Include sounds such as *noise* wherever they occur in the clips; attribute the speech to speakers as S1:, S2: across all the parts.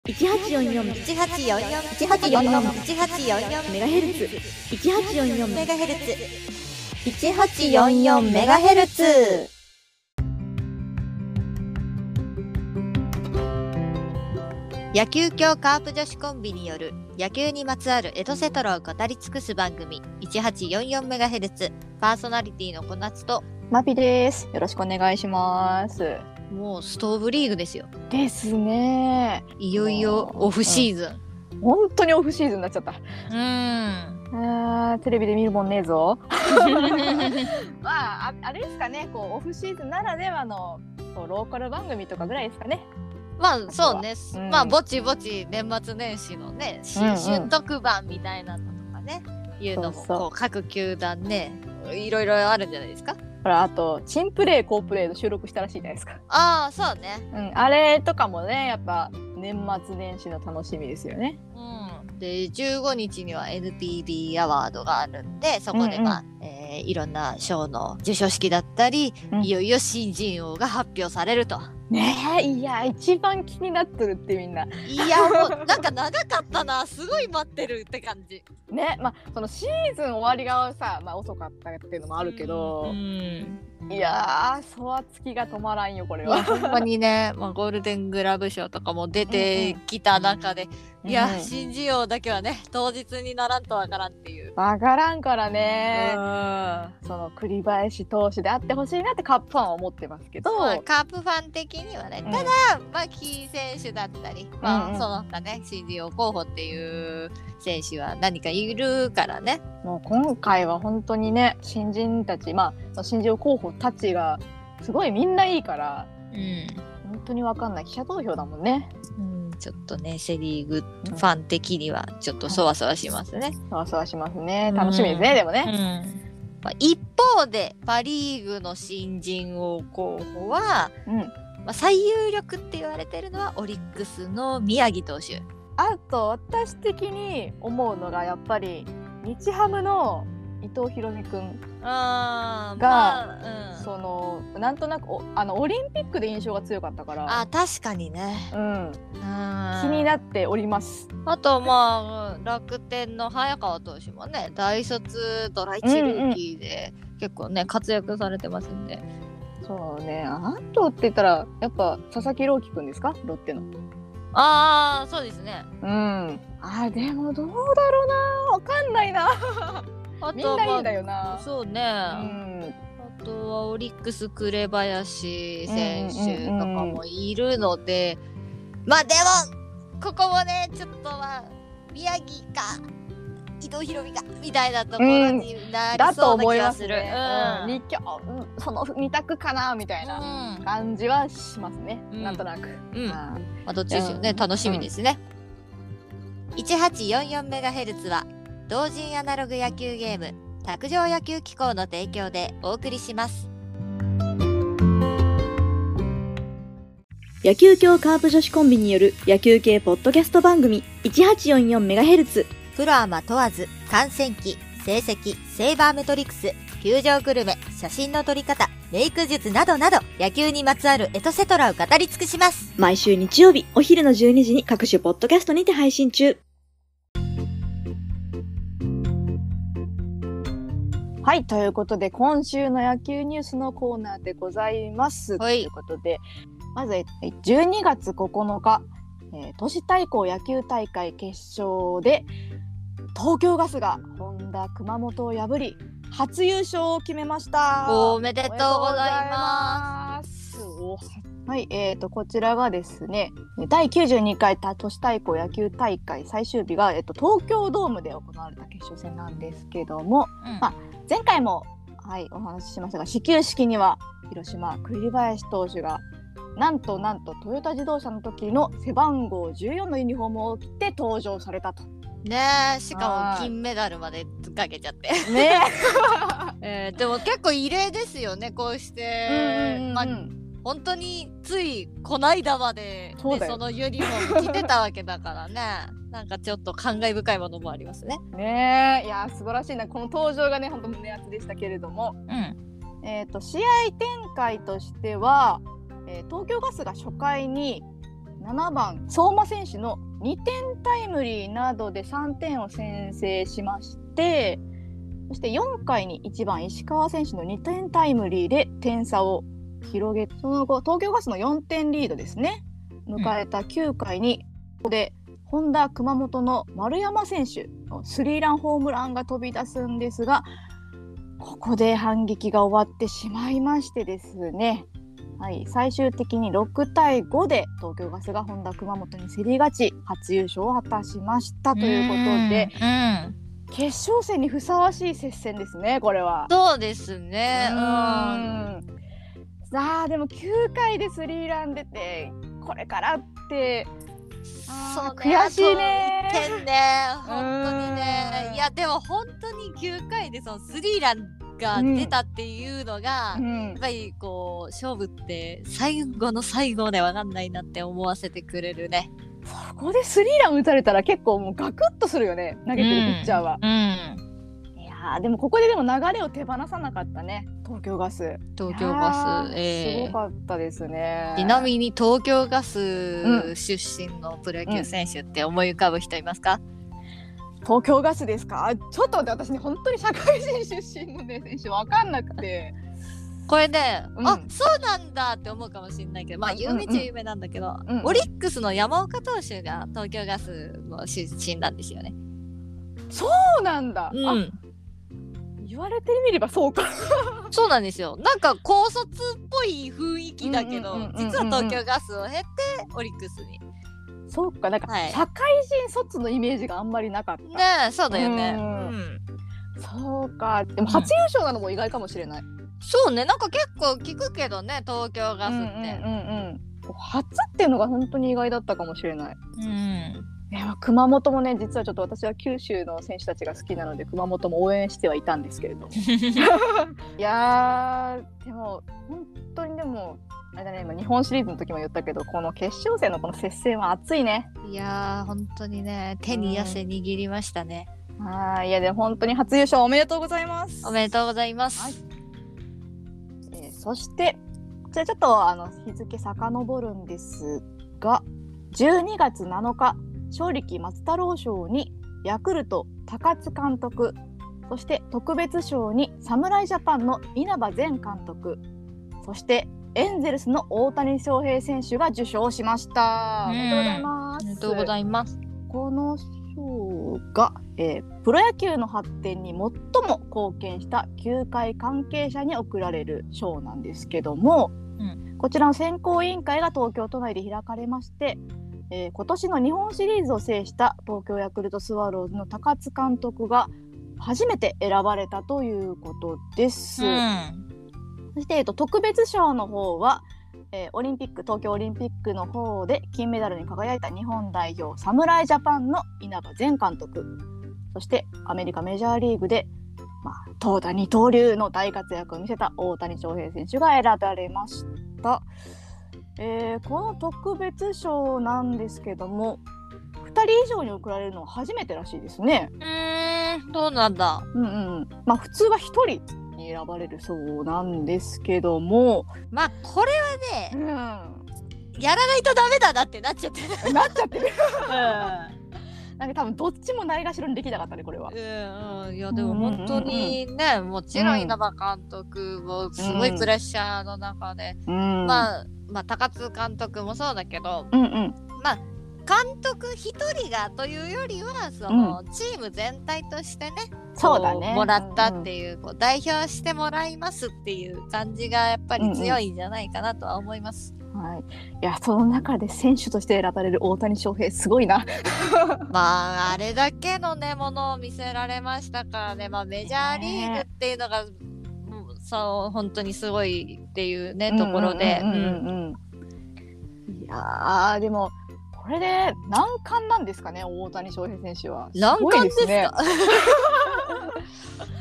S1: 一八四四一八四
S2: 一八四四
S1: 四
S2: 一八四四
S1: メガヘルツ一八四四
S2: メガヘルツ
S1: 一八四四メガヘルツ
S2: 野球協カープ女子コンビによる野球にまつわるエトセトラを語り尽くす番組1844メガヘルツパーソナリティの小夏と
S3: マピです。よろしくお願いします。
S2: もうストーブリーグですよ
S3: ですね。
S2: いよいよオフシーズ
S3: 本当にオフシーズンになっちゃった。
S2: ンうん
S3: あーテレビで見るもんねえぞ。まあ、ああれですかね、こうオフシーズンならではのこうローカル番組とかぐらいですかね。
S2: まあそうね、
S3: うん
S2: まあぼちぼち年末年始のね新春特番みたいなのとかね、いうのも
S3: そうそう
S2: こう各球団ねいろいろあるんじゃないですか
S3: ほら、あと、チンプレイ、コープレイの収録したらしいじゃないですか。
S2: ああそうね
S3: うん、あれとかもね、やっぱ年末年始の楽しみですよね。
S2: うんで15日には NPB アワードがあるんでそこで
S3: うんうん
S2: まあ、えーいろんな賞の授賞式だったり、
S3: うん
S2: いよいよ新人王が発表されると
S3: ねえ、いや、一番気になっとるってみんな。
S2: いやもうなんか長かったなすごい待ってるって感じ
S3: ね、まあ、そのシーズン終わりがさ、まあ遅かったっていうのもあるけど。
S2: うん
S3: いやー、そわつきが止まらんよ、これ
S2: いや
S3: は。
S2: ほんまにね、まあ、ゴールデングラブ賞とかも出てきた中で、いや、新人王だけはね当日にならんとわからんっていう。
S3: わからんからね、
S2: ま
S3: その栗林投手であってほしいなってカップファンは思ってますけど、
S2: あ、カープファン的にはね、
S3: うん
S2: ただ、まあ、キー選手だったり、まあ
S3: うんうん
S2: その他ね新人王候補っていう選手は何かいるからね。
S3: もう今回は本当にね、新人たち、まあ、その新人候補たちが、すごいみんないいから、
S2: うん
S3: 本当にわかんない。記者投票だもんね。
S2: うんちょっとねセ・リーグファン的にはちょっとそわそわしますね。
S3: そわそわしますね。楽しみですね、でもね。
S2: まあ、一方でパ・リーグの新人王候補は、
S3: うん。
S2: まあ、最有力って言われてるのはオリックスの宮城投手。
S3: あと、私的に思うのが、やっぱり、日ハムの伊藤博美くん。
S2: あ
S3: が
S2: まあうん、
S3: そのなんとなくおあのオリンピックで印象が強かったから、
S2: あ確かにね。
S3: うん、
S2: 気
S3: 気になっております。
S2: あとまあうん楽天の早川投手もね大卒ドラ1ルーキーで結構ね活躍されてますんで。
S3: そうね、あとって言ったらやっぱ佐々木朗希くんですか、ロッテの。
S2: ああそうですね。
S3: うん。あでもどうだろうな、わかんないな。
S2: あ
S3: *laughs* み
S2: と
S3: ん
S2: は
S3: ないいんだよな。
S2: そうね。
S3: うん。
S2: あとはオリックス紅林選手とかもいるので、まあでもここもねちょっとは宮城か伊藤博美かみたいなところにな
S3: だ
S2: り
S3: と
S2: そうな
S3: 思
S2: 気
S3: い
S2: が
S3: ます
S2: する。
S3: ね。うん。
S2: うん
S3: 二強、うんその二択かなみたいな
S2: うん
S3: 感じはしますね。
S2: うん
S3: なんとなく。
S2: うんま
S3: あー
S2: あ、どっちですよね
S3: うん
S2: 楽しみですね。1844メガヘルツは同人アナログ野球ゲーム卓上野球機構の提供でお送りします。
S1: 野球協カープ女子コンビによる野球系ポッドキャスト番組1844メガヘルツ
S2: プロアマ問わず、感染期、成績、セイバーメトリクス、球場グルメ、写真の撮り方、メイク術などなど、野球にまつわるエトセトラを語り尽くします。
S1: 毎週日曜日お昼の12時に各種ポッドキャストにて配信中
S3: はい、ということで今週の野球ニュースのコーナーでございます。
S2: はい
S3: ということでまずえ12月9日、えー都市対抗野球大会決勝で東京ガスが本田熊本を破り初優勝を決めました。
S2: おめでとうございます。
S3: す。はい、えー、とこちらがですね第92回都市対抗野球大会最終日が、えっと東京ドームで行われた決勝戦なんですけども、
S2: うん
S3: あ前回も、はい、お話ししましたが始球式には広島栗林投手がなんとなんとトヨタ自動車の時の背番号14のユニフォームを着て登場されたと。
S2: ねえ、し
S3: は
S2: かも
S3: い
S2: 金メダルまでかけちゃって。
S3: *laughs* ね
S2: *laughs* えーでも結構異例ですよね、こうし
S3: え、
S2: て。まあ、本当についこないだまで、ね
S3: そうだよ
S2: そのユニフォーム着てたわけだからね。 *laughs* なんかちょっと感慨深いものもありますね。
S3: ねえいや素晴らしいなこの登場がね本当胸熱でしたけれども、
S2: うん。
S3: えー、と試合展開としては、えー東京ガスが初回に7番相馬選手の2点タイムリーなどで3点を先制しましてそして4回に1番石川選手の2点タイムリーで点差を広げその後東京ガスの4点リードですね迎えた9回に、ここで本田熊本の丸山選手のスリーランホームランが飛び出すんですがここで反撃が終わってしまいましてですね、はい、最終的に6対5で東京ガスが本田熊本に競り勝ち初優勝を果たしましたということで
S2: うん
S3: 決勝戦にふさわしい接戦ですねこれは。
S2: そうですね
S3: う
S2: うん
S3: んさあでも9回でスリーラン出てこれからって
S2: そうね
S3: 悔しいね
S2: あと1点ね本当にね
S3: うん
S2: いやでも本当に9回でそのスリーランが出たっていうのが、
S3: う
S2: や
S3: ん
S2: っぱりこう勝負って最後の最後で分かんないなって思わせてくれるね。
S3: そこでスリーラン打たれたら結構もうガクッとするよね投げてるピッチャーは。
S2: うん、
S3: いやーでもここででも流れを手放さなかったね東京ガス。
S2: 東京ガス、
S3: いやー
S2: え
S3: す
S2: ー
S3: ごかったですね。
S2: ちなみに東京ガ
S3: う
S2: ス出身のプロ野球選手って思い浮かぶ人いますか、
S3: 東京ガスですかちょっと待って私ね本当に社会人出身の、ね、選手わかんなくて。
S2: これね、
S3: うん
S2: あそうなんだって思うかもしれないけどまあ
S3: うん
S2: 有名っちゃ有名なんだけど、
S3: うん
S2: オリックスの山岡投手が東京ガスの出身なんですよね。
S3: そうなんだ、
S2: う
S3: あ
S2: ん、
S3: 言われてみればそうか。
S2: そうなんですよなんか高卒っぽい雰囲気だけど、
S3: うんうんうんうんうん
S2: 実は東京ガスを経てオリックスに。
S3: そうかなんか
S2: はい
S3: 社会人卒のイメージがあんまりなかった。
S2: ねえそうだよね。う
S3: う
S2: んん
S3: そうかでも初優勝なのも意外かもしれない。
S2: そうねなんか結構聞くけどね東京ガス
S3: うん
S2: って。
S3: うんうんうん初っていうのが本当に意外だったかもしれない。
S2: うん
S3: いや熊本もね実はちょっと私は九州の選手たちが好きなので熊本も応援してはいたんですけれどもいやーでも本当にでもあれだね今日本シリーズの時も言ったけどこの決勝戦のこの接戦は熱いね
S2: *laughs* いやー本当にね手に汗握りましたね、
S3: あーいやでも本当に初優勝おめでとうございます
S2: おめでとうございます、
S3: はいえーそしてこちらちょっとあの日付遡るんですが12月7日勝力松太郎賞にヤクルト高津監督そして特別賞に侍ジャパンの稲葉前監督そしてエンゼルスの大谷翔平選手が受賞しました。お
S2: うん
S3: めでとうございます。
S2: おめでとうございます
S3: この賞が、えープロ野球の発展に最も貢献した球界関係者に贈られる賞なんですけども、
S2: う
S3: こちらの選考委員会が東京都内で開かれまして、えー今年の日本シリーズを制した東京ヤクルトスワローズの高津監督が初めて選ばれたということです。
S2: うん
S3: そして、えっと、特別賞の方は、えーオリンピック東京オリンピックの方で金メダルに輝いた日本代表侍ジャパンの稲葉前監督そしてアメリカメジャーリーグで、まあ、投打二刀流の大活躍を見せた大谷翔平選手が選ばれました、えーこの特別賞なんですけども2人以上に贈られるのは初めてらしいですね。
S2: うーんそうなんだ
S3: うんうん、まあ普通は1人に選ばれるそうなんですけども、
S2: まあこれは
S3: う
S2: ね
S3: ん、
S2: やらないとダメだなってなっちゃってる
S3: なっちゃってる。なんか多分どっちもないがしろにできなかったねこれは。
S2: *laughs* うんうんいやでも本当にね、もちろん稲葉監督もすごいプレッシャーの中で、
S3: うんあ、
S2: まあまあ高津監督もそうだけど
S3: うんうん
S2: まあ監督一人がというよりはその、チーム全体としてね
S3: そうだね。
S2: もらったっていう,、こう代表してもらいますっていう感じがやっぱり強いんじゃないかなとは思います。
S3: うんうん。はい。いやその中で選手として選ばれる大谷翔平すごいな。
S2: まああれだけのねものを見せられましたからね、まあ、メジャーリーグっていうのが、もうそう本当にすごいっていうねところで。
S3: うんうん
S2: うん
S3: うんうんいやーでもこれで難関なんですかね大谷翔平選手は。
S2: 難関です
S3: ごいね
S2: か。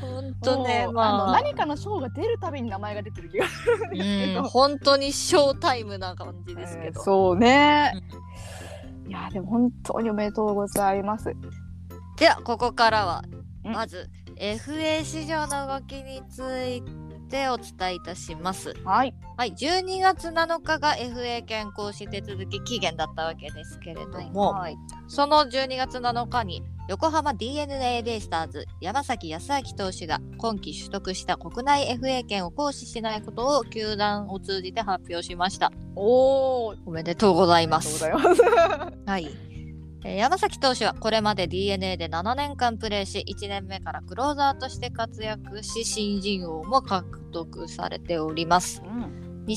S2: 本当ね
S3: もう
S2: ま
S3: の
S2: あ
S3: 何かの賞が出るたびに名前が出てる気がするんですけ
S2: う
S3: ど
S2: ん、。本当にショータイムな感じですけど。
S3: えーそうね。いやでも本当におめでとうございます。
S2: ではここからは
S3: うん
S2: まず FA 市場の動きについてお伝えいたします。
S3: はい。
S2: はい、12月7日が FA 健康士手続き期限だったわけですけれども、
S3: はい。
S2: その12月7日に横浜 d n a ベイスターズ山崎康明投手が今季取得した国内 FA 権を行使しないことを球団を通じて発表しました。
S3: おー。
S2: おめでとうございま
S3: あり
S2: す。
S3: がとうございます。
S2: はい。えー山崎投手はこれまで d n a で7年間プレーし1年目からクローザーとして活躍し新人王も獲得されております
S3: うん。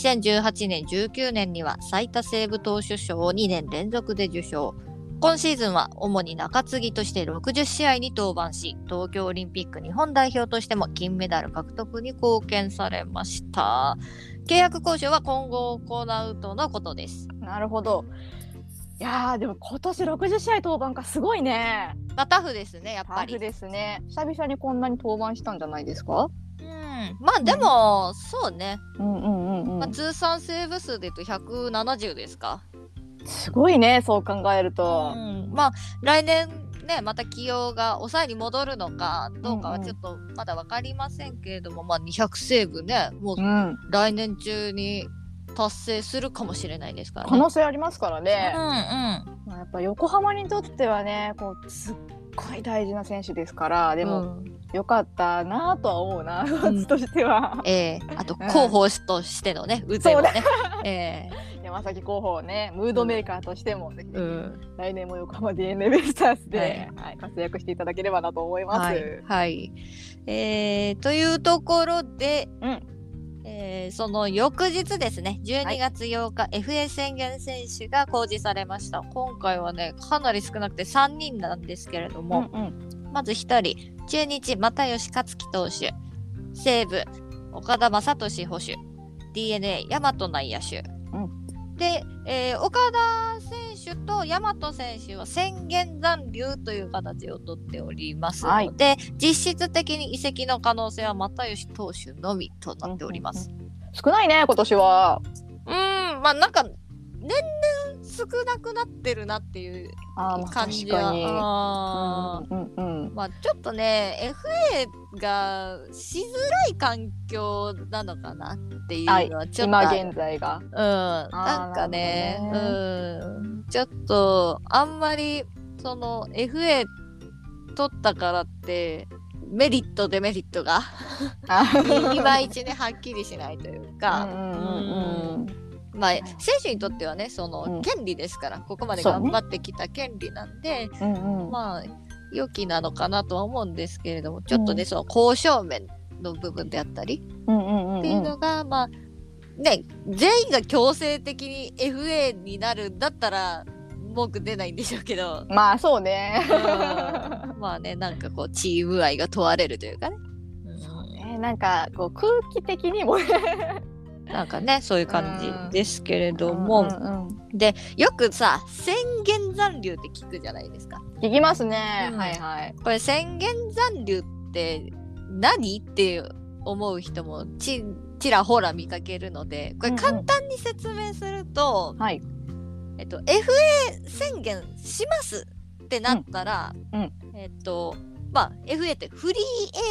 S2: 2018年19年には最多セーブ投手賞を2年連続で受賞今シーズンは主に中継ぎとして60試合に登板し東京オリンピック日本代表としても金メダル獲得に貢献されました契約交渉は今後行うとのことです
S3: なるほど。いやーでも今年60試合登板かすごいね。
S2: まあタフですねやっ
S3: タ
S2: ぱ
S3: フ
S2: り
S3: ですね。久々にこんなに登板したんじゃないですか？
S2: うん、まあでも、そうね、
S3: うんうんうんう
S2: まあ、
S3: ん。
S2: 通算セーブ数で言うと170ですか、
S3: すごいねそう考える
S2: う
S3: と。
S2: ん、まあ来年ねまた起用が抑えに戻るのかどうかはちょっとまだ分かりませんけれども、まあ200セーブねもう
S3: うん。
S2: 来年中に達成するかもしれないですから
S3: 可
S2: ね。
S3: 能性ありますからね
S2: う。ん
S3: まあやっぱ横浜にとってはねこうすっごい大事な選手ですから
S2: う
S3: で
S2: ん、
S3: も、
S2: うん
S3: よかったなとは思うな、
S2: ん
S3: *laughs* としては
S2: ええあと
S3: うん
S2: 広報としてのね、うぜ、もね。え
S3: 山崎候補をねムードメーカーとしても、ぜひ
S2: えうん、
S3: 来年も横浜 d n a ベイスターズで、はい活躍していただければなと思います。
S2: はい、はいええというところで、
S3: うん
S2: えーその翌日ですね
S3: はい
S2: 12月8日、FA 宣言選手が公示されました今回はねかなり少なくて3人なんですけれど
S3: うん
S2: も、
S3: うん
S2: まず1人中日又吉克樹投手西武岡田正俊捕手 d n a 大和内野手、
S3: う
S2: で、えー岡田選手と大和選手は宣言残留という形をとっております
S3: はい
S2: ので、実質的に移籍の可能性は又吉投手のみとなっております。
S3: 少ないね今年は。
S2: うんまあなんか年々少なくなってるなっていう
S3: あーまあ
S2: 感じは。あー
S3: うんうんうん
S2: まあ、ちょっとね FA がしづらい環境なのかなっていうのはちょっとあ
S3: 今
S2: る、
S3: 現在が。
S2: うん、なんかね
S3: なるほ
S2: うん、ちょっとあんまりその FA 取ったからってメリットデメリットがいまいちねはっきりしないという
S3: うん
S2: か、
S3: うんうん
S2: まあ、選手にとってはねその権利ですから、ここまで
S3: そうね
S2: 頑張ってきた権利なんで、
S3: うんうん
S2: まあ良きなのかなとは思うんですけれどもちょっとね、その交渉面の部分であったり
S3: うんうんうんうん。
S2: っていうのが、まあね全員が強制的に FA になるんだったら文句出ないんでしょうけど
S3: *laughs* まあそうね。
S2: うんまあねなんかこうチーム愛が問われるというかね。うん
S3: ねなんかこう空気的にもね。
S2: なんかねそういう感じですけれども、
S3: うんうんうん
S2: でよくさ宣言残留って聞くじゃないですか。
S3: 聞きますね。
S2: うん
S3: はいはい。
S2: これ宣言残留って何って思う人もちちらほら見かけるのでこれ
S3: うんうん
S2: 簡単に説明すると、
S3: はい
S2: えっと、FA 宣言しますってなったら、
S3: うんうん
S2: えっとまあ、FA ってフリ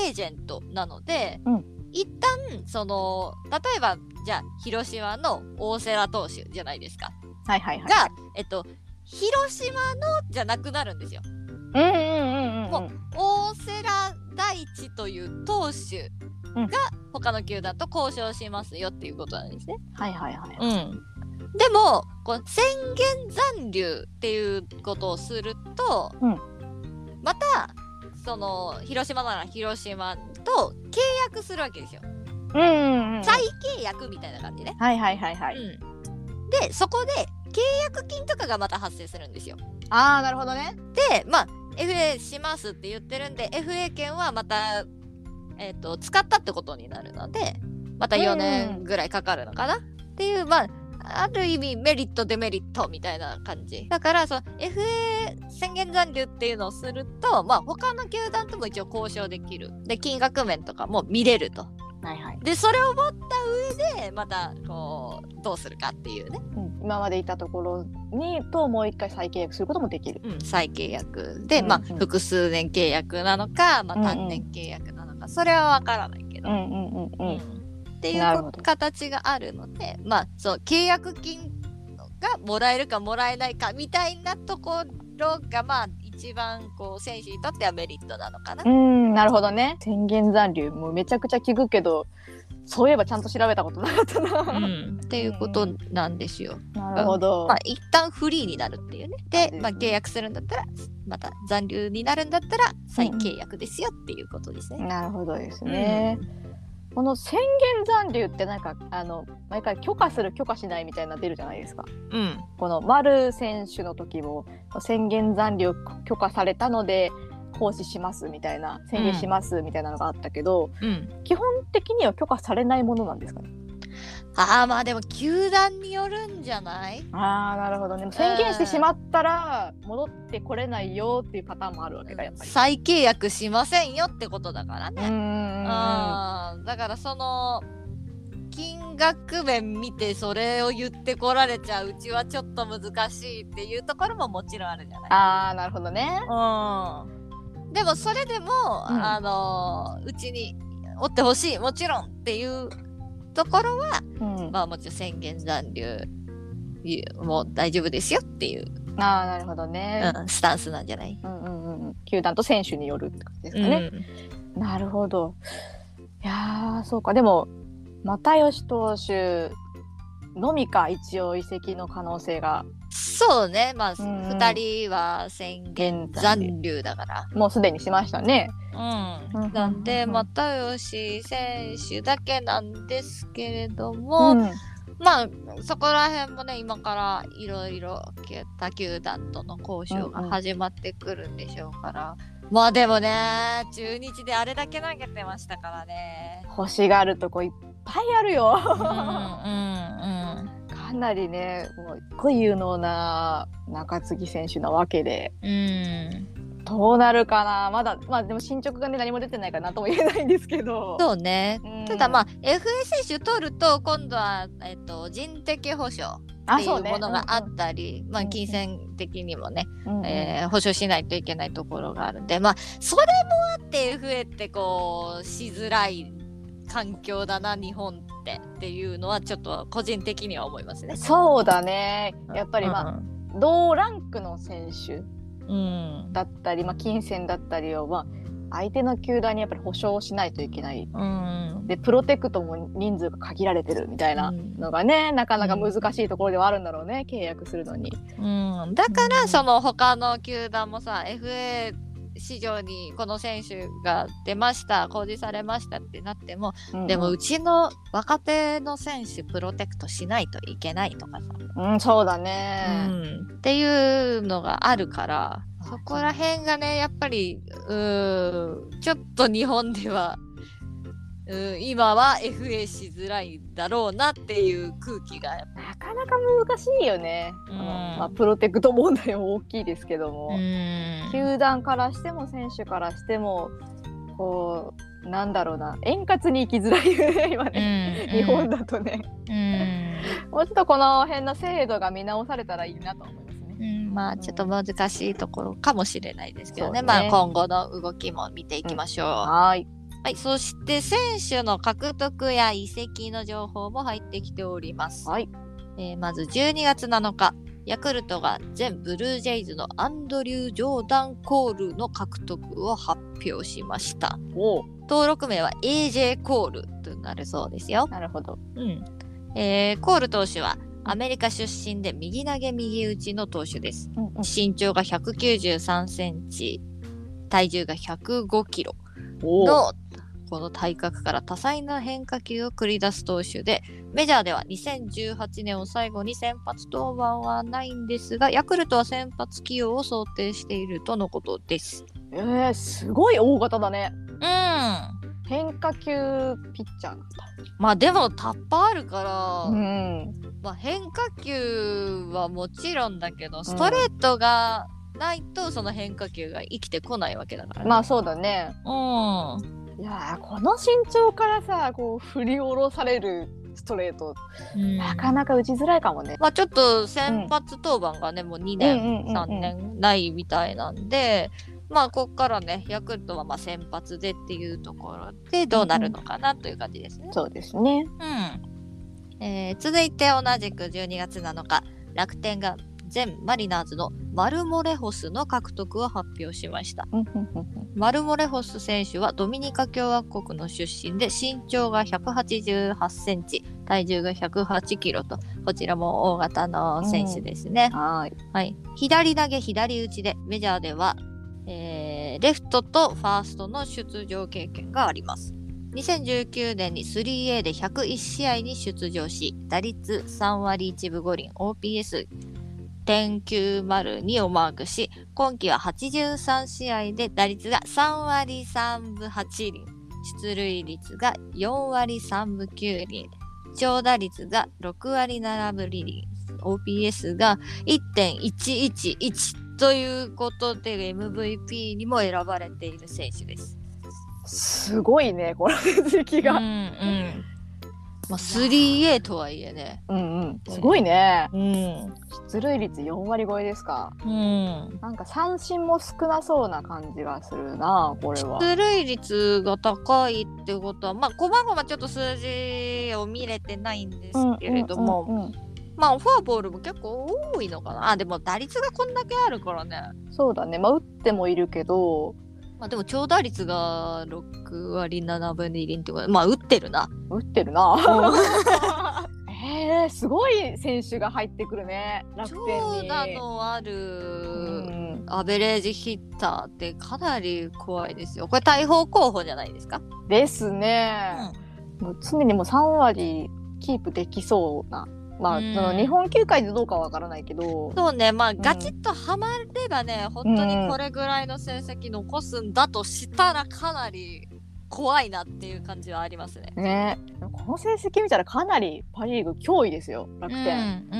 S2: ーエージェントなので、
S3: うん
S2: 一旦その例えばじゃあ広島の大瀬良投手じゃないですか
S3: はいはいはい。
S2: が、えっと、広島のじゃなくなるんですよ。
S3: うんうんうんうんう
S2: も
S3: ん。
S2: 大瀬良大地という投手
S3: うん
S2: が他の球団と交渉しますよっていうことなんですね。
S3: はいはいはい。
S2: でもこの宣言残留っていうことをすると、
S3: うん
S2: またその広島なら広島と契約するわけですよ。
S3: うんうんうん。
S2: 再契約みたいな感じね。
S3: はいはいはいはい。
S2: うんでそこで契約金とかがまた発生するんですよ。
S3: ああなるほどね。
S2: でまあ FA しますって言ってるんで FA 権はまた、えー、と使ったってことになるのでまた4年ぐらいかかるのかな、っていうまあある意味メリットデメリットみたいな感じだからその FA 宣言残留っていうのをするとまあ他の球団とも一応交渉できるで金額面とかも見れると
S3: はいはい。
S2: でそれを持った上でまたこうどうするかっていうね、
S3: うん今までいたところにともう一回再契約することもできる。
S2: うん、再契約で、
S3: うんうん
S2: まあ複数年契約なのか、まあ、
S3: うんうん
S2: 単年契約なのか、それは分からないけ
S3: う
S2: ど、
S3: んうんうんうん。
S2: うんっていう
S3: なるほ
S2: こ
S3: ど
S2: 形があるのでまあそう契約金がもらえるかもらえないかみたいなところがまあ一番こう選手にとってはメリットなのかな
S3: う。んなるほどね宣言残留もうめちゃくちゃ聞くけどそういえばちゃんと調べたことなかったな、
S2: っていうことなんですよ。
S3: なるほど、
S2: まあ、一旦フリーになるっていうね。で、まあ、
S3: うん
S2: 契約するんだったら、また残留になるんだったら、再契約ですよっていうことですね。
S3: なるほどですね、この宣言残留ってなんかあの毎回許可する許可しないみたいなの出るじゃないですか
S2: うん。
S3: この丸選手の時も宣言残留許可されたので行使しますみたいな宣言しますみたいなのがあったけど、
S2: うん。
S3: 基本的には許可されないものなんですかね
S2: ああ、まあでも、球団によるんじゃない
S3: ああなるほどね宣言してしまったら戻ってこれないよっていうパターンもあるわけだやっぱり。
S2: 再契約しませんよってことだから
S3: う
S2: ね。うんん。だから、その、金額面見てそれを言ってこられちゃううちはちょっと難しいっていうところももちろんあるじゃない
S3: ああなるほどね。
S2: うんでもそれでも、
S3: うん
S2: あのうちにおってほしいもちろんっていうところは
S3: うん、あ
S2: まあもちろん宣言残留いもう大丈夫ですよっていう、
S3: あーなるほどね。
S2: うんスタンスなんじゃない、
S3: うんうんうんうん、球団と選手によるって感じですかね。なるほど。いやーそうかでも又吉投手のみか一応移籍の可能性が
S2: そうねまあ、二
S3: んうん
S2: 2人は宣言
S3: 現在
S2: 残留だから、
S3: もうすでにしましたね。
S2: うん
S3: うん
S2: なんで又吉選手だけなんですけれども、
S3: うん
S2: まあそこら辺もね今からいろいろ他球団との交渉が始まってくるんでしょうから、まあでもね中日であれだけ投げてましたからね
S3: 欲しがるとこいっぱいあるよ。
S2: うんうん
S3: かなりねもうすっごい有能な中継ぎ選手なわけで
S2: うんうん
S3: どうなるかなまだまあでも進捗がね何も出てないから何とも言えないんですけど。
S2: そうね
S3: うん
S2: ただまあ FA 選手取ると今度は、えっと、人的保障っ
S3: あ
S2: てい
S3: そうね
S2: ものがあ
S3: うん
S2: ったり、ま
S3: う
S2: あ
S3: ん
S2: 金銭的にもね、
S3: うんうん
S2: えー保証しないといけないところがあるんでまあそれもあって FA ってこうしづらい環境だな日本ってっていうのはちょっと個人的には思いますね。
S3: そうだねやっぱりまあ、
S2: あ、
S3: 同ランクの選手
S2: うん
S3: だったり、まあ、金銭だったりを、まあ、相手の球団にやっぱり保証しないといけない
S2: うん
S3: でプロテクトも人数が限られてるみたいなのがね、なかなか難しいところではあるんだろうね契約するのに。
S2: うん、だか
S3: うん
S2: らその他の球団もさ FA 市場にこの選手が出ました公示されましたってなっても、でも
S3: う
S2: うちの若手の選手プロテクトしないといけないとかさ
S3: ん、うん、そうだね、
S2: っていうのがあるからそこら辺がねやっぱりうーちょっと日本ではうー今は FA しづらいだろうなっていう空気がやっ
S3: なかなか難しいよね、
S2: うん
S3: このまあ、プロテクト問題も大きいですけど
S2: ぱ
S3: も、球団からしても選手からしてもこうなんだろうな円滑に行きづらいよね今ね、日本だとね。もうちょっとこの辺の制度が見直されたらいいなと思いますね。
S2: うんまあちょっと難しいところかもしれないですけどね
S3: そうね
S2: まあ今後の動きも見ていきましょう、は
S3: はい。
S2: いそして選手の獲得や移籍の情報も入ってきております
S3: はい。
S2: えーまず12月7日ヤクルトが前ブルージェイズのアンドリュー・ジョーダン・コールの獲得を発表しました
S3: お
S2: 登録名は AJ コールとなるそうですよ、
S3: なるほど。
S2: うんえーコール投手はアメリカ出身で右投げ右打ちの投手です
S3: うんうん
S2: 身長が1 9 3センチ体重が1 0 5キロ
S3: おー
S2: のこの体格から多彩な変化球を繰り出す投手でメジャーでは2018年を最後に先発登板はないんですがヤクルトは先発起用を想定しているとのことです。
S3: えー、すごい大型だね。
S2: うん
S3: 変化球ピッチャーなん
S2: まあでもタッパーあるから、
S3: だ。うん。
S2: まあ、変化球はもちろんだけどストレートがないとその変化球が生きてこないわけだからね、
S3: まあそうだね。
S2: うん
S3: いやーこの身長からさこう振り下ろされるストレート、
S2: うん
S3: なかなか打ちづらいかもね。
S2: まあ、ちょっと先発登板がね、もう2年、
S3: うんうんうんうん
S2: 3年ないみたいなんで、まあ、ここからね、ヤクルトはまあ先発でっていうところで、どうなるのかなという感じですね。
S3: そうですね。
S2: うんえー続いて同じく12月7日楽天が全マリナーズのマルモレホスの獲得を発表しました
S3: うんうんうん
S2: マルモレホス選手はドミニカ共和国の出身で身長が1 8 8センチ体重が1 0 8キロとこちらも大型の選手ですね、
S3: うんはーい。
S2: はい、左投げ左打ちでメジャーでは、えーレフトとファーストの出場経験があります2019年に 3A で101試合に出場し打率3割1分5厘 OPS.902 をマークし今季は83試合で打率が3割3分8厘出塁率が4割3分9厘長打率が6割7分2厘 OPS が1.111ということで MVP にも選ばれている選手です。
S3: すごいね、この成績
S2: うんう
S3: が。
S2: んまあ、3A とはいえね。
S3: うんうん。すごいね。
S2: うん
S3: 出塁率4割超えですか。
S2: うん、
S3: なんか三振も少なそうな感じがするな、これは。
S2: 出塁率が高いってことはまあこまごまちょっと数字を見れてないんですけれども、
S3: うんうんうん
S2: まあフォアボールも結構多いのかなあでも打率がこんだけあるからね
S3: うんそうだね、まあ、打ってもいるけど、
S2: まあでも長打率が6割7分2厘ってことでまあ打ってるな
S3: 打ってるな。 *laughs* えー、すごい選手が入ってくるね、楽
S2: 長
S3: 天に。
S2: 打のある、
S3: うん
S2: アベレージヒッターってかなり怖いですよ。これ大砲候補じゃないですか。
S3: ですね、もう常にもう3割キープできそうな、まあ、
S2: うん
S3: その日本球界でどうかはわからないけど、
S2: そうね、まあ、
S3: ん
S2: ガチッとハマればね、本当にこれぐらいの成績残すんだとしたらかなり怖いなっていう感じはありますね。
S3: ね、この成績見たらかなりパ・リーグ脅威ですよ、楽天。
S2: うん、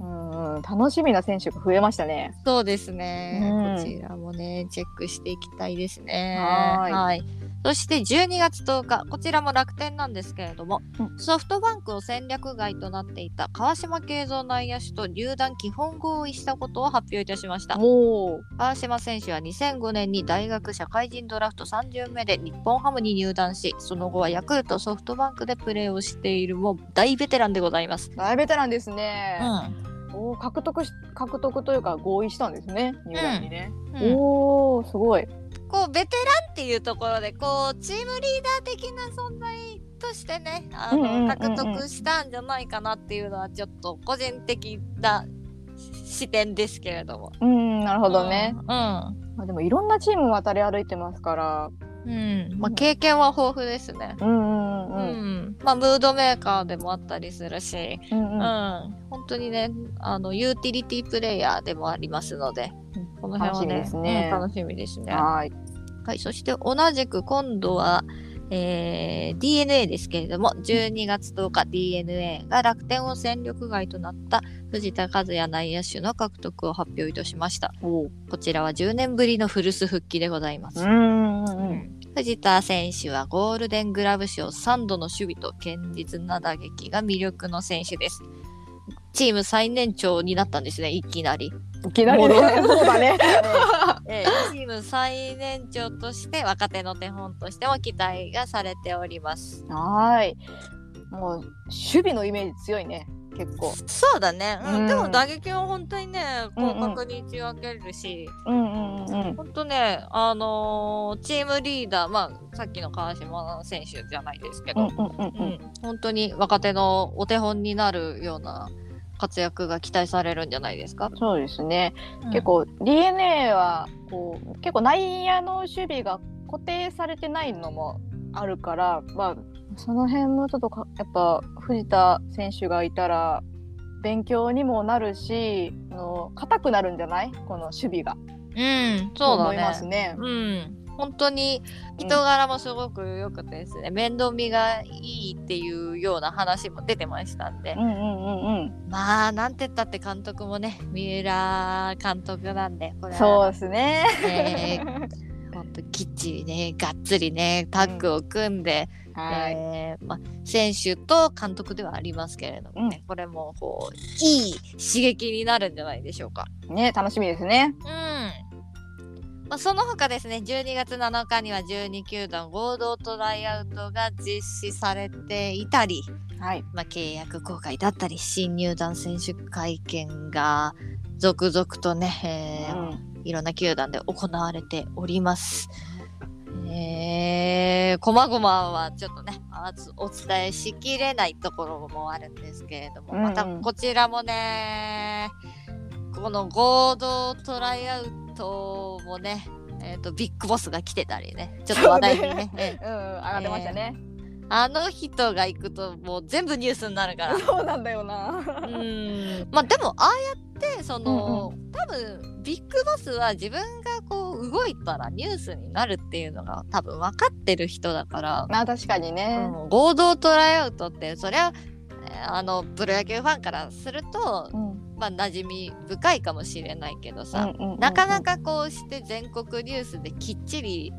S2: うん
S3: うん、楽しみな選手が増えましたね。
S2: そうですね、
S3: うん
S2: こちらもねチェックしていきたいですね
S3: はーい
S2: そして12月10日こちらも楽天なんですけれども、
S3: うん
S2: ソフトバンクを戦略外となっていた川島慶三内野手と入団基本合意したことを発表いたしました
S3: おー
S2: 川島選手は2005年に大学社会人ドラフト3 0名で日本ハムに入団しその後はヤクルトソフトバンクでプレーをしているもう大ベテランでございます、
S3: 大ベテランですね。
S2: ん
S3: おー獲得し獲得というか合意したんですね入団にね、
S2: うん
S3: おおすごい
S2: こうベテランっていうところでこうチームリーダー的な存在としてねあの、
S3: うんうんうんうん
S2: 獲得したんじゃないかなっていうのはちょっと個人的な視点ですけれども。
S3: うんなるほどね、
S2: うん
S3: まあ、でもいろんなチーム渡り歩いてますから
S2: うんまあ、経験は豊富ですね。
S3: うんうん
S2: う
S3: うんうん
S2: んまあ、ムードメーカーでもあったりするし、
S3: う
S2: うん
S3: んうん
S2: 本当にねあのユーティリティプレイヤーでもありますのでこの辺はね
S3: 楽しみですね
S2: うん楽しみですね。
S3: はーい
S2: はい、そして同じく今度は、えー DNA ですけれども12月10日 DNA が楽天を戦力外となった藤田和也内野手の獲得を発表いたしました
S3: おー
S2: こちらは10年ぶりの古巣復帰でございま
S3: う
S2: す、
S3: んうんうん
S2: 藤田選手はゴールデングラブ賞3度の守備と堅実な打撃が魅力の選手ですチーム最年長になったんですねいきなり
S3: いきなりねそうだね
S2: えーチーム最年長として若手の手本としても期待がされております。
S3: はーいもう守備のイメージ強いね結構
S2: そうだね、うん
S3: うん
S2: でも打撃は本当にね
S3: うんうん
S2: 広角に打ち分けるし、
S3: うんうんうん
S2: 本当ねあのーチームリーダーまあさっきの川島選手じゃないですけ
S3: うんう
S2: ど
S3: ん、う
S2: う
S3: ん
S2: ん本当に若手のお手本になるような活躍が期待されるんじゃないですか。
S3: そうですね、結構 DNA はこう結構内野の守備が固定されてないのもあるから、まあ、その辺もちょっとかやっぱ藤田選手がいたら勉強にもなるしあの硬くなるんじゃないこの守備が。
S2: うん、そうだ
S3: 思いま
S2: ね
S3: す。ね。
S2: うん、本当に人柄もすごく良くてですね、面倒見がいいっていうような話も出てましたんで、
S3: うんうんうんうん、
S2: まあなんて言ったって監督もね三浦監督なんでこれ
S3: そう
S2: は
S3: ですね。
S2: え本当きっちりねがっつりねタッグを組んで、
S3: はい、
S2: えーまあ、選手と監督ではありますけれどもね、これもこういい刺激になるんじゃないでしょうか。
S3: ね楽しみですね。
S2: うん。まあ、その他ですね、12月7日には12球団合同トライアウトが実施されていたり、
S3: はい。
S2: まあ、契約更改だったり、新入団選手会見が続々とね、えー
S3: うん
S2: いろんな球団で行われております。えー、こまごまはちょっとね、あつお伝えしきれないところもあるんですけれども、
S3: うんうん
S2: またこちらもね、この合同トライアウトもね、えっ、と、ビッグボスが来てたりね、ちょっと話題に
S3: そ
S2: ね
S3: うね、
S2: ええ
S3: うん、上がってましたね。
S2: あの人が行くともう全部ニュースになるから。
S3: そうなんだよな。
S2: うんまあでもああやってその、多分ビッグボスは自分がこう動いたらニュースになるっていうのが多分分かってる人だから、
S3: まあ確かにね。
S2: うん合同トライアウトってそりゃえーあのプロ野球ファンからすると、
S3: うん。
S2: まあ、馴染み深いかもしれないけどさ、な
S3: な
S2: かなかこうして全国ニュースできっちり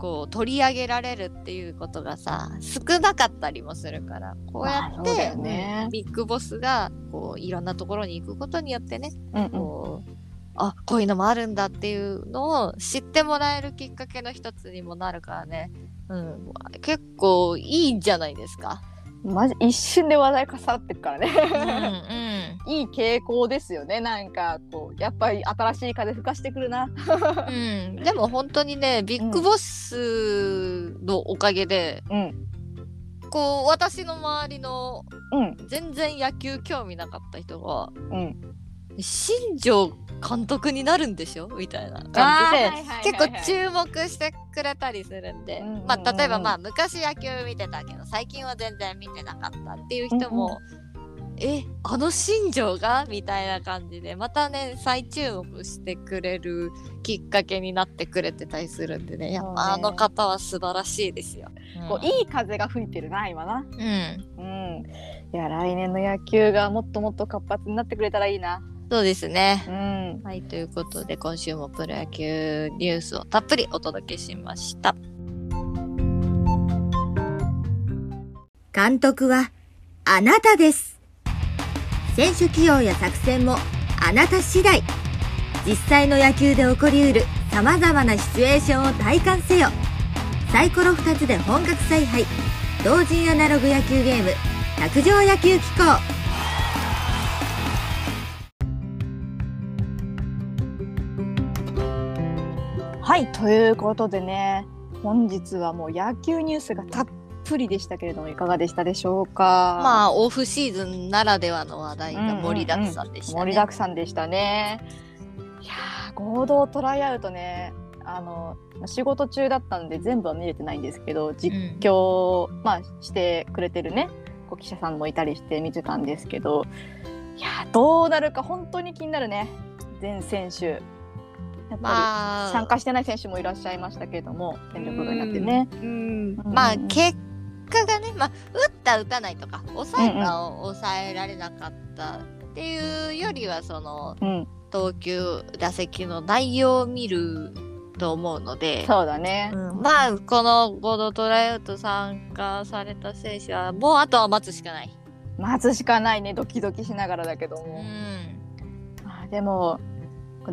S2: こう取り上げられるっていうことがさ少なかったりもするからこうや
S3: まあ
S2: っ
S3: そうだ
S2: て、
S3: よね
S2: ビッグボスがこういろんなところに行くことによってね
S3: うんうん
S2: こうあこういうのもあるんだっていうのを知ってもらえるきっかけの一つにもなるからね、うん、結構いいんじゃないですか。
S3: マジ一瞬で話題かさってくから
S2: うんう
S3: ね。
S2: ん
S3: いい傾向ですよね。なんかこうやっぱり新しい風吹かしてくるな。
S2: うん、でも本当にねビッグボスのおかげで、
S3: うん
S2: こう私の周りの
S3: うん
S2: 全然野球興味なかった人が
S3: うん。
S2: 「新庄監督になるんでしょ?」みたいな
S3: あ
S2: 感
S3: ー
S2: じ
S3: は
S2: で
S3: い。はいはい
S2: 結構注目してくれたりするんで、
S3: うんうんうんうん
S2: まあ、例えばまあ昔野球見てたけど最近は全然見てなかったっていう人も「えあの新庄が?」みたいな感じでまたね再注目してくれるきっかけになってくれてたりするんでねやっぱあ
S3: そうね
S2: の方は素晴らしいですよ。
S3: こういい風が吹いてるな今な。
S2: うん、
S3: うん。いや来年の野球がもっともっと活発になってくれたらいいな。
S2: そうですね
S3: う。ん。
S2: はいということで今週もプロ野球ニュースをたっぷりお届けしました。
S4: 監督はあなたです選手起用や作戦もあなた次第実際の野球で起こりうる様々なシチュエーションを体感せよサイコロ2つで本格采配同人アナログ野球ゲーム卓上野球機構
S3: はいということでね本日はもう野球ニュースがたっぷりでしたけれどもいかがでしたでしょうか。
S2: まあオフシーズンならではの話題が盛りだくさんでしたね。
S3: 盛りだくさんでしたね。いやー合同トライアウトねあの仕事中だったんで全部は見れてないんですけど実況を、まあ、してくれてるねこう記者さんもいたりして見てたんですけどいやーどうなるか本当に気になるね全選手。やっぱり
S2: まあ
S3: 参加してない選手もいらっしゃいましたけれども戦力外になってね。
S1: うん。
S3: うん
S2: まあ結果がね、まあ、打った打たないとか抑えたを抑えられなかったっていうよりはその
S3: うん、
S2: 投球打席の内容を見ると思うので。
S3: そうだね。
S2: うんまあこの合同トライアウト参加された選手はもうあとは待つしかない。
S3: 待つしかないねドキドキしながらだけど
S2: う
S3: も。
S2: ん、
S3: まあでも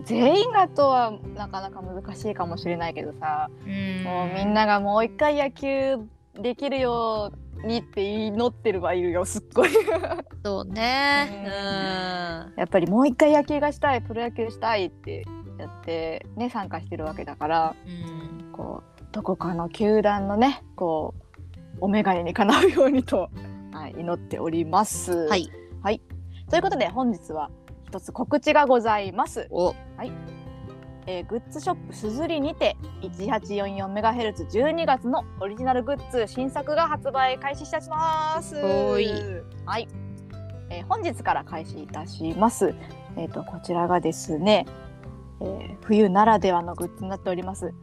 S3: 全員がとはなかなか難しいかもしれないけどさ、
S2: うん
S3: もうみんながもう一回野球できるようにって祈ってる場合いるよすっ
S2: *laughs*
S3: ごい
S2: そうね。う
S3: う
S2: ん
S3: やっぱりもう一回野球がしたいプロ野球したいってやってね参加してるわけだから
S2: うん
S3: こうどこかの球団のねこうお眼鏡にかなうようにと、はい、祈っております。
S2: は、い。
S3: ということで本日は一つ告知がございます。
S2: お
S3: えーグッズショップすずりにて 1844MHz12 月のオリジナルグッズ新作が発売開始いたします。
S2: おい
S3: はい、えー本日から開始いたします。えっ、とこちらがですね、えー冬ならではのグッズになっております。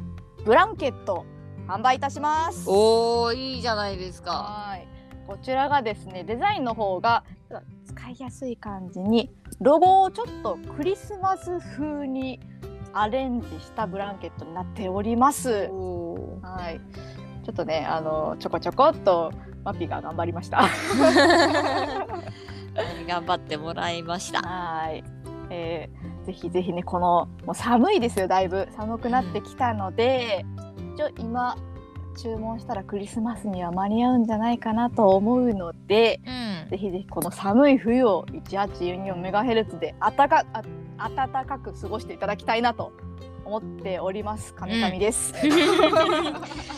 S3: ブランケット販売いたします。
S2: おーいいじゃないですか。
S3: はい。こちらがですね、デザインの方が使いやすい感じにロゴをちょっとクリスマス風にアレンジしたブランケットになっております。
S2: お
S3: はい。ちょっとね、あのちょこちょこっとマピが頑張りました。
S2: 頑張ってもらいました。
S3: はい。えーぜひぜひねこのもう寒いですよだいぶ寒くなってきたので、一応今注文したらクリスマスには間に合うんじゃないかなと思うので
S2: うん
S3: ぜひぜひこの寒い冬を 1844MHz であたかあ暖かく過ごしていただきたいなと思っており *laughs* ます神々です。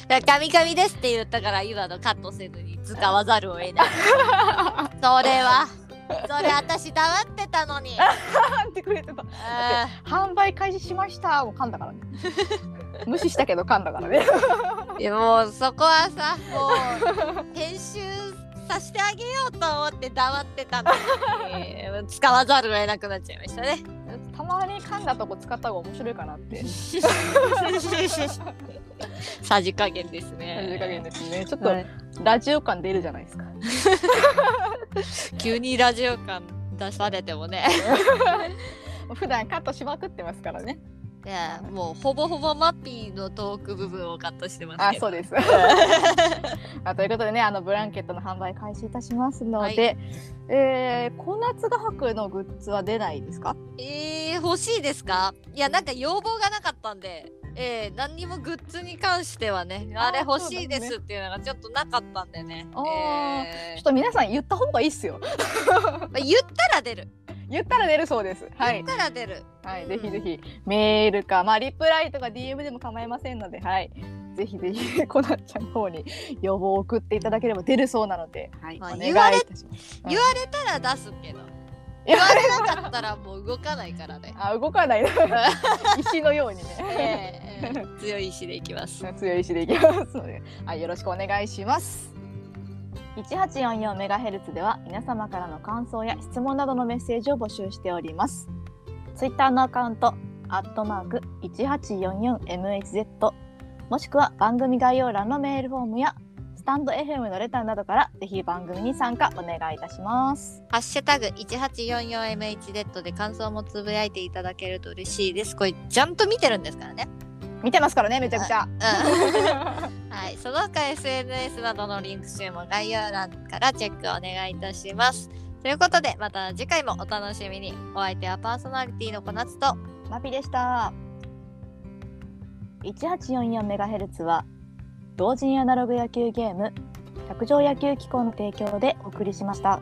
S2: だから「神々です」って言ったから今のカットせずに使わざるを得ないそれはそれ私黙ってたのに
S3: 噛んでくれてた
S2: あ
S3: 販売開始しましたもう噛んだ *laughs* からね無視したけど噛んだからね
S2: ーいやもうそこはさもう編集させてあげようと思って黙ってたのに使わざるを得なくなっちゃいました
S3: *laughs*
S2: ね
S3: *laughs* たまに噛んだとこ使った方が面白いかなって
S2: さじ加減です
S3: 感じ加
S2: ね。
S3: 減ですねちょっと
S2: はい
S3: ラジオ感出るじゃない *laughs* ですか
S2: 急にラジオ感出されてもね。
S3: 普段カットしまくってますからね
S2: いやもうほぼほぼマッピーのトーク部分をカットして *laughs* ます
S3: あ
S2: けど。
S3: そうです *laughs* あということでねあのブランケットの販売開始いたしますので、
S2: はい
S3: えー、小夏画伯のグッズは出ないですか
S2: えー、欲しいですかいやなんか要望がなかったんで、えー、何にもグッズに関してはねあれ欲しいですっていうのがちょっとなかったんでね。
S3: あー
S2: え
S3: ちょっ
S2: ー
S3: と皆さん言った方がいいっすよ *laughs*
S2: まあ言ったら出る。
S3: 言ったら出るそうですはい
S2: 言ったら出る。
S3: はい、ぜひぜひメールか、まあ、リプライとか DM でも構いませんので、はい、ぜひぜひ *laughs* コナンちゃんの方に予防を送っていただければ出るそうなので、はい、
S2: まあ
S3: お願
S2: 言
S3: いい
S2: われ
S3: たします。
S2: 言われたら出すけど。
S3: 言
S2: 言
S3: わ。
S2: われなかったらもう動かないからね
S3: *laughs* あ動かない
S2: *laughs*
S3: 石のようにね、
S2: えーえー強い意志でいきます。
S3: 強い石でいきますので、はい、よろしくお願いします。1844メガヘルツでは皆様からの感想や質問などのメッセージを募集しております。ツイッターのアカウント、アットマーク 1844MHz、もしくは番組概要欄のメールフォームや、スタンド FM のレターなどからぜひ番組に参加お願いいたします。
S2: ハッシュタグ 1844MHZ で感想もつぶやいていただけると嬉しいです。これちゃんと見てるんですからね。
S3: 見てますからね、めちゃくちゃ。
S2: うん、 *laughs* はい、その他 SNS などのリンク集も概要欄からチェックお願いいたします。ということで、また次回もお楽しみに。お相手はパーソナリティの小夏と、
S3: マピでした。1844メガヘルツは同人アナログ野球ゲーム卓上野球機構の提供でお送りしました。